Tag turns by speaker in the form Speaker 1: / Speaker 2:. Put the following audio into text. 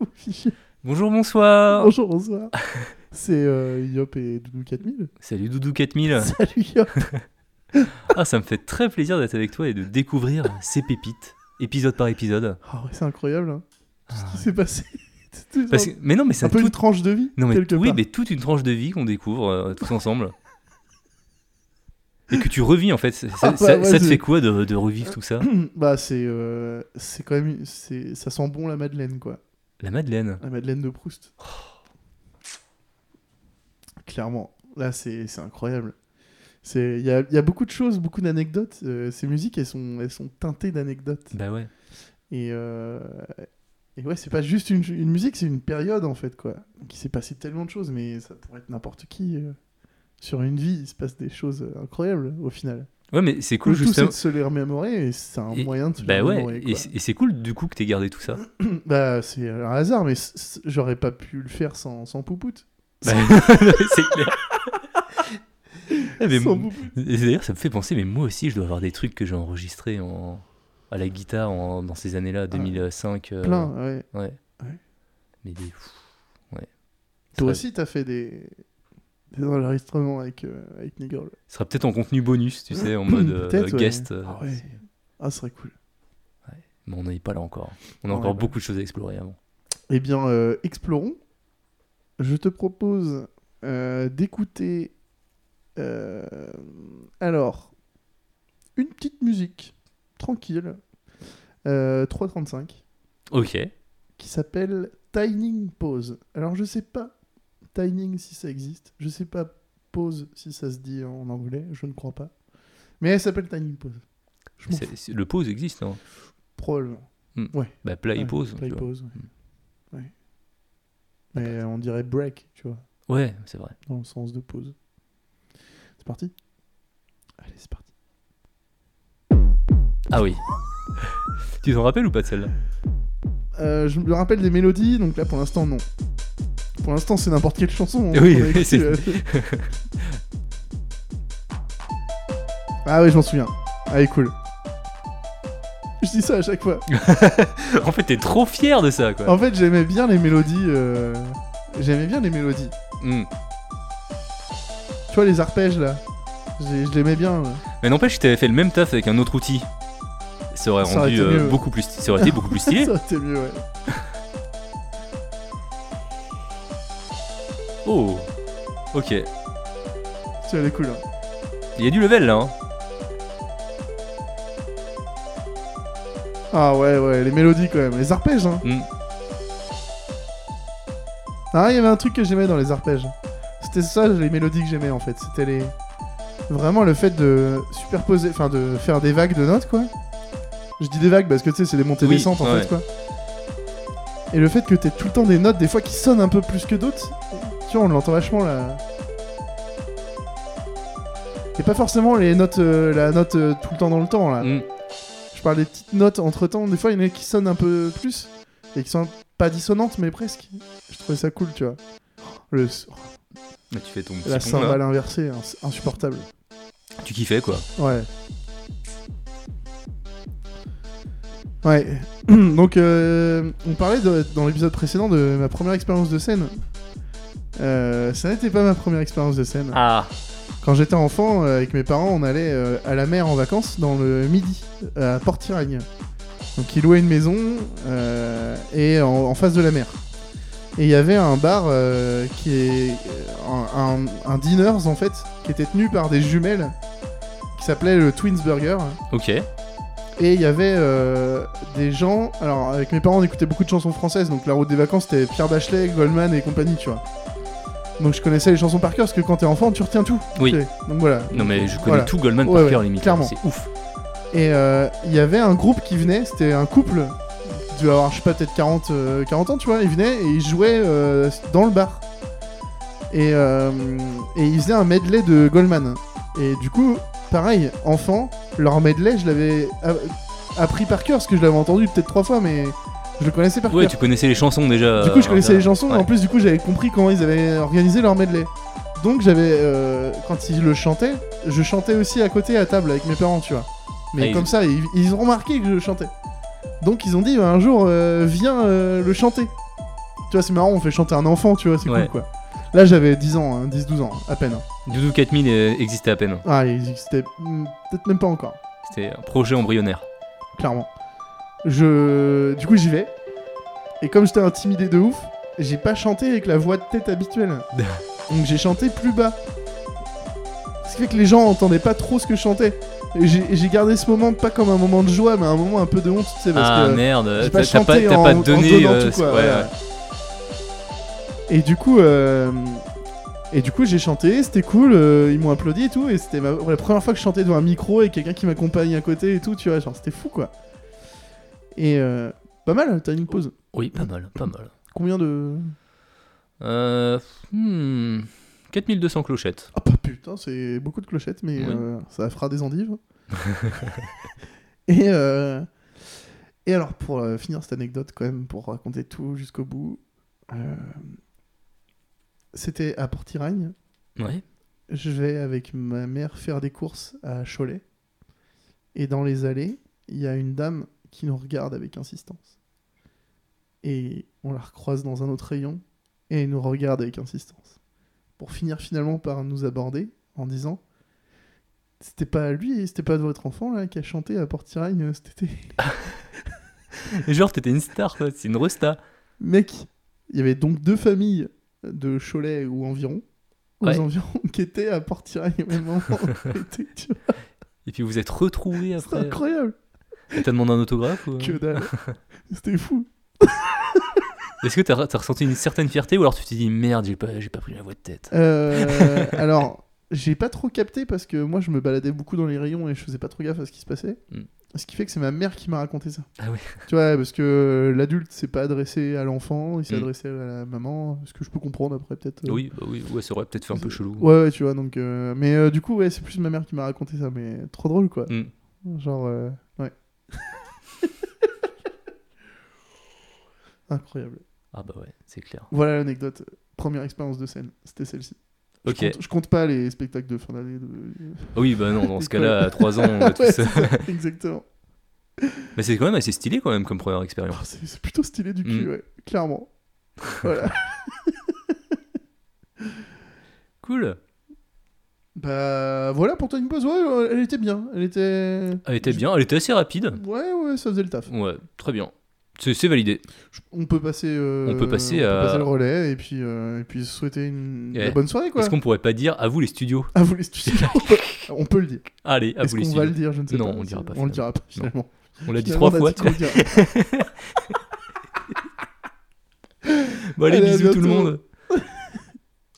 Speaker 1: au fichier.
Speaker 2: Bonjour, bonsoir.
Speaker 1: Bonjour, bonsoir. C'est euh, Yop et Doudou 4000.
Speaker 2: Salut Doudou 4000.
Speaker 1: Salut Yop.
Speaker 2: Ah, ça me fait très plaisir d'être avec toi et de découvrir ces pépites, épisode par épisode.
Speaker 1: Ah ouais, c'est incroyable hein, tout ce qui s'est passé. C'est tout-
Speaker 2: Ah. Parce que- mais non, mais
Speaker 1: un
Speaker 2: ça
Speaker 1: peu
Speaker 2: tout-
Speaker 1: une tranche de vie.
Speaker 2: non, mais,
Speaker 1: quelque
Speaker 2: oui,
Speaker 1: part.
Speaker 2: mais toute une tranche de vie qu'on découvre euh, tous ensemble. Et que tu revis en fait. Ça,
Speaker 1: Ah, bah,
Speaker 2: ça-
Speaker 1: ouais,
Speaker 2: ça te
Speaker 1: je-
Speaker 2: fait quoi de, de revivre tout ça
Speaker 1: bah c'est euh, c'est quand même c'est ça sent bon la madeleine quoi.
Speaker 2: La Madeleine.
Speaker 1: La madeleine de Proust. Clairement, là c'est c'est incroyable. C'est- Il y a, il y a beaucoup de choses, beaucoup d'anecdotes. Euh, ces musiques, elles sont, elles sont teintées d'anecdotes.
Speaker 2: Bah ouais.
Speaker 1: Et, euh, et ouais, c'est pas juste une, une musique, c'est une période en fait, quoi. Donc il s'est passé tellement de choses, mais ça pourrait être n'importe qui. euh, Sur une vie, il se passe des choses euh, incroyables au final.
Speaker 2: Ouais, mais c'est
Speaker 1: Le
Speaker 2: cool
Speaker 1: tout, c'est
Speaker 2: justement.
Speaker 1: de se les remémorer et c'est un
Speaker 2: Et-
Speaker 1: moyen de se les
Speaker 2: Bah ouais,
Speaker 1: remémorer.
Speaker 2: et
Speaker 1: quoi.
Speaker 2: c'est- et c'est cool du coup que t'aies gardé tout ça.
Speaker 1: Bah, c'est un hasard, mais c- c- j'aurais pas pu le faire sans, sans Poupoute.
Speaker 2: Bah, c'est clair. Eh, mais
Speaker 1: Sans
Speaker 2: m-
Speaker 1: Poupoute.
Speaker 2: Et D'ailleurs, ça me fait penser, mais moi aussi, je dois avoir des trucs que j'ai enregistrés en... à la guitare en- dans ces années-là, 2005. euh,
Speaker 1: Ah. Plein, ouais.
Speaker 2: Ouais.
Speaker 1: Ouais.
Speaker 2: Mais des... pff, ouais.
Speaker 1: Toi
Speaker 2: Ce sera-
Speaker 1: aussi, t'as fait des, des enregistrements avec, euh, avec Nigel.
Speaker 2: ce sera peut-être en contenu bonus, tu sais, en mode euh,
Speaker 1: Peut-être, ouais.
Speaker 2: guest. euh,
Speaker 1: Ah ouais. Ah, ce serait cool.
Speaker 2: Mais on n'en est pas là encore. On a
Speaker 1: Ouais,
Speaker 2: encore
Speaker 1: bah.
Speaker 2: beaucoup de choses à explorer avant.
Speaker 1: Eh bien, euh, explorons. Je te propose euh, d'écouter. euh, alors, une petite musique, tranquille, euh, 3.35,
Speaker 2: Ok.
Speaker 1: qui s'appelle Tining Pause. Alors, je sais pas Tining si ça existe, je sais pas Pause si ça se dit en anglais, je ne crois pas. Mais elle s'appelle Tining Pause. Je m'en
Speaker 2: C'est- c'est- Le pause existe, non
Speaker 1: Probablement.
Speaker 2: Bah, play
Speaker 1: Ouais,
Speaker 2: pause.
Speaker 1: play
Speaker 2: tu vois. Hmm.
Speaker 1: pause, ouais. Ouais. Mais on dirait break, tu vois.
Speaker 2: Ouais, c'est vrai.
Speaker 1: dans le sens de pause. C'est parti Allez, c'est parti.
Speaker 2: Ah oui. tu t'en rappelles ou pas de celle-là
Speaker 1: Euh, je me rappelle des mélodies, donc là pour l'instant non. Pour l'instant c'est n'importe quelle chanson. hein,
Speaker 2: Oui,
Speaker 1: qu'on a écoutée,
Speaker 2: c'est-
Speaker 1: euh. ah oui, je m'en souviens. Allez, cool. Je dis ça à chaque fois.
Speaker 2: En fait, t'es trop fier de ça, quoi.
Speaker 1: En fait j'aimais bien les mélodies. euh, J'aimais bien les mélodies.
Speaker 2: Hmm.
Speaker 1: Tu vois les arpèges là J'ai- Je l'aimais bien. ouais.
Speaker 2: Mais n'empêche, si t'avais fait le même taf avec un autre outil, ça aurait
Speaker 1: Ça aurait
Speaker 2: rendu
Speaker 1: été
Speaker 2: euh,
Speaker 1: mieux.
Speaker 2: beaucoup plus, ça aurait été beaucoup plus stylé.
Speaker 1: ça aurait été mieux, ouais.
Speaker 2: Oh, ok.
Speaker 1: Tu vois, elle est cool. hein.
Speaker 2: Il y a du level là. Hein.
Speaker 1: Ah ouais, ouais, les mélodies quand même. Les arpèges, hein.
Speaker 2: Mm.
Speaker 1: Ah, il y avait un truc que j'aimais dans les arpèges. C'était ça, les mélodies que j'aimais en fait. C'était les. Vraiment le fait de superposer, enfin de faire des vagues de notes quoi. Je dis des vagues parce que tu sais, c'est des montées
Speaker 2: Oui,
Speaker 1: descentes en
Speaker 2: ouais.
Speaker 1: fait quoi. Et le fait que t'aies tout le temps des notes, des fois qui sonnent un peu plus que d'autres. Tu vois, on l'entend vachement là. Et pas forcément les notes, euh, la note euh, tout le temps dans le temps là.
Speaker 2: Mm.
Speaker 1: Je parle des petites notes entre temps. Des fois, il y en a qui sonnent un peu plus et qui sont pas dissonantes, mais presque. Je trouvais ça cool, tu vois. Le,
Speaker 2: Mais tu fais ton petit
Speaker 1: la
Speaker 2: pont, là.
Speaker 1: cymbale inversée, ins- insupportable.
Speaker 2: Tu kiffais quoi.
Speaker 1: Ouais. Ouais. Donc, euh, on parlait de- dans l'épisode précédent de ma première expérience de scène. Euh, ça n'était pas ma première expérience de scène.
Speaker 2: Ah,
Speaker 1: Quand j'étais enfant, euh, avec mes parents, on allait euh, à la mer en vacances dans le midi, à Portiragne. Donc ils louaient une maison euh, et en, en face de la mer. Et il y avait un bar euh, qui est euh, un, un- un diners en fait, qui était tenu par des jumelles, qui s'appelait le Twins Burger.
Speaker 2: ok.
Speaker 1: Et il y avait euh, des gens. Alors, avec mes parents, on écoutait beaucoup de chansons françaises. Donc, la route des vacances, c'était Pierre Bachelet, Goldman et compagnie, tu vois. Donc, je connaissais les chansons par cœur parce que quand t'es enfant, tu retiens tout.
Speaker 2: Oui.
Speaker 1: Ok, Donc, voilà.
Speaker 2: Non mais je connais
Speaker 1: Voilà.
Speaker 2: tout Goldman
Speaker 1: Ouais,
Speaker 2: Parker
Speaker 1: ouais,
Speaker 2: limite.
Speaker 1: clairement.
Speaker 2: C'est ouf.
Speaker 1: Et euh, il y avait un groupe qui venait, c'était un couple. qui devait avoir, je sais pas, peut-être 40, euh, 40 ans, tu vois. Ils venaient et ils jouaient euh, dans le bar. Et, euh, et ils faisaient un medley de Goldman. Et du coup, pareil, enfant, leur medley, je l'avais a- appris par cœur, parce que je l'avais entendu peut-être trois fois, mais je le connaissais par
Speaker 2: Ouais,
Speaker 1: cœur.
Speaker 2: tu connaissais les chansons déjà.
Speaker 1: Du coup, je
Speaker 2: euh,
Speaker 1: connaissais
Speaker 2: déjà.
Speaker 1: les chansons,
Speaker 2: ouais.
Speaker 1: et en plus, du coup, j'avais compris comment ils avaient organisé leur medley. Donc, j'avais. euh, quand ils le chantaient, je chantais aussi à côté à table avec mes parents, tu vois. Mais
Speaker 2: Ah,
Speaker 1: comme
Speaker 2: ils-
Speaker 1: ça, ils, ils ont remarqué que je chantais. Donc, ils ont dit, bah, un jour, euh, viens euh, le chanter. Tu vois, c'est marrant, on fait chanter un enfant, tu vois, c'est
Speaker 2: Ouais.
Speaker 1: cool quoi. Là, j'avais 10 ans, hein, 10-12 ans, à peine.
Speaker 2: Doudou 4000 euh, existait à peine.
Speaker 1: Ah, il existait hmm, peut-être même pas encore,
Speaker 2: C'était un projet embryonnaire.
Speaker 1: clairement. Je. Du coup, j'y vais. Et comme j'étais intimidé de ouf, j'ai pas chanté avec la voix de tête habituelle. Donc j'ai chanté plus bas. Ce qui fait que les gens entendaient pas trop ce que je chantais. Et J'ai et j'ai gardé ce moment pas comme un moment de joie, mais un moment un peu de honte, tu sais, parce
Speaker 2: ah
Speaker 1: que.
Speaker 2: merde,
Speaker 1: j'ai pas
Speaker 2: t'as t'as pas,
Speaker 1: chanté
Speaker 2: t'as
Speaker 1: en-
Speaker 2: pas
Speaker 1: en
Speaker 2: donné.
Speaker 1: donnant
Speaker 2: euh,
Speaker 1: tout,
Speaker 2: ce-
Speaker 1: quoi,
Speaker 2: ouais,
Speaker 1: voilà.
Speaker 2: ouais.
Speaker 1: Et du coup, euh, et du coup, j'ai chanté, c'était cool, euh, ils m'ont applaudi et tout, et c'était ma- la première fois que je chantais devant un micro et quelqu'un qui m'accompagne à côté et tout, tu vois, genre c'était fou quoi. Et euh, pas mal, t'as une pause.
Speaker 2: Oui, pas mal, pas mal.
Speaker 1: Combien de
Speaker 2: Euh, hmm, 4200 clochettes.
Speaker 1: Ah bah putain, c'est beaucoup de clochettes, mais
Speaker 2: Oui.
Speaker 1: euh, ça fera des endives. et, euh, et alors, pour euh, finir cette anecdote, quand même, pour raconter tout jusqu'au bout, euh, c'était à Portiragne.
Speaker 2: Ouais.
Speaker 1: Je vais avec ma mère faire des courses à Cholet. Et dans les allées, il y a une dame qui nous regarde avec insistance. Et on la recroise dans un autre rayon et elle nous regarde avec insistance. Pour finir finalement par nous aborder en disant C'était pas lui, c'était pas votre enfant là qui a chanté à Portiragne euh, cet été.
Speaker 2: Genre, t'étais une star, quoi. C'est une resta.
Speaker 1: Mec, il y avait donc deux familles de Cholet ou environ, aux
Speaker 2: Ouais.
Speaker 1: environs, qui étaient à Portiragne au même moment. C'était- tu vois,
Speaker 2: Et puis vous êtes retrouvés
Speaker 1: C'est
Speaker 2: après.
Speaker 1: incroyable.
Speaker 2: Et T'as demandé un autographe ou... euh,
Speaker 1: Que dalle. Euh. C'était fou.
Speaker 2: Est-ce que t'as t'as ressenti une certaine fierté ou alors tu t'es dit merde, j'ai pas, j'ai pas pris la voix de tête
Speaker 1: Euh, alors, j'ai pas trop capté parce que moi je me baladais beaucoup dans les rayons et je faisais pas trop gaffe à ce qui se passait.
Speaker 2: Mm.
Speaker 1: Ce qui fait que c'est ma mère qui m'a raconté ça.
Speaker 2: Ah oui.
Speaker 1: Tu vois, parce que l'adulte s'est pas adressé à l'enfant, il s'est
Speaker 2: Mm.
Speaker 1: adressé à la maman. Ce que je peux comprendre après, peut-être. euh,
Speaker 2: Oui, bah oui, ouais, ça aurait peut-être fait un peu chelou.
Speaker 1: Ouais, ouais, tu vois, donc. euh, Mais euh, du coup, ouais, c'est plus ma mère qui m'a raconté ça, mais trop drôle quoi.
Speaker 2: Mm.
Speaker 1: Genre, euh, ouais. Incroyable.
Speaker 2: Ah bah ouais, c'est clair.
Speaker 1: Voilà l'anecdote. euh, Première expérience de scène, c'était celle-ci. Je
Speaker 2: Ok.
Speaker 1: compte- Je compte pas les spectacles de fin d'année. de-
Speaker 2: Ah Oui, bah non, dans ce
Speaker 1: École.
Speaker 2: cas-là, à 3 ans, on a
Speaker 1: Ouais,
Speaker 2: tous.
Speaker 1: c'est ça, exactement.
Speaker 2: Mais c'est quand même assez stylé quand même comme première
Speaker 1: Oh,
Speaker 2: expérience.
Speaker 1: c'est c'est plutôt stylé du cul,
Speaker 2: Mm.
Speaker 1: ouais, clairement. Voilà.
Speaker 2: Cool.
Speaker 1: bah voilà pour toi une pause. Ouais, euh, elle était bien. Elle était.
Speaker 2: Elle était bien, elle était assez rapide.
Speaker 1: Ouais, ouais, ça faisait le taf.
Speaker 2: Ouais, très bien. C'est c'est validé.
Speaker 1: Je- On peut passer. euh,
Speaker 2: On peut passer
Speaker 1: on
Speaker 2: à-
Speaker 1: le relais et puis euh, et puis souhaiter une
Speaker 2: Ouais.
Speaker 1: la bonne soirée quoi.
Speaker 2: Est-ce qu'on pourrait pas dire à vous les studios
Speaker 1: À vous les studios. on, peut... on peut le dire.
Speaker 2: Allez, à
Speaker 1: Est-ce
Speaker 2: vous les
Speaker 1: qu'on va
Speaker 2: studios.
Speaker 1: le dire Je ne sais
Speaker 2: Non,
Speaker 1: pas.
Speaker 2: on le dira pas,
Speaker 1: On le dira pas finalement.
Speaker 2: On l'a dit
Speaker 1: Finalement,
Speaker 2: trois
Speaker 1: on a
Speaker 2: fois.
Speaker 1: dit qu'on le dira.
Speaker 2: Bon, allez,
Speaker 1: Allez, à
Speaker 2: bisous tout le
Speaker 1: bientôt.
Speaker 2: monde.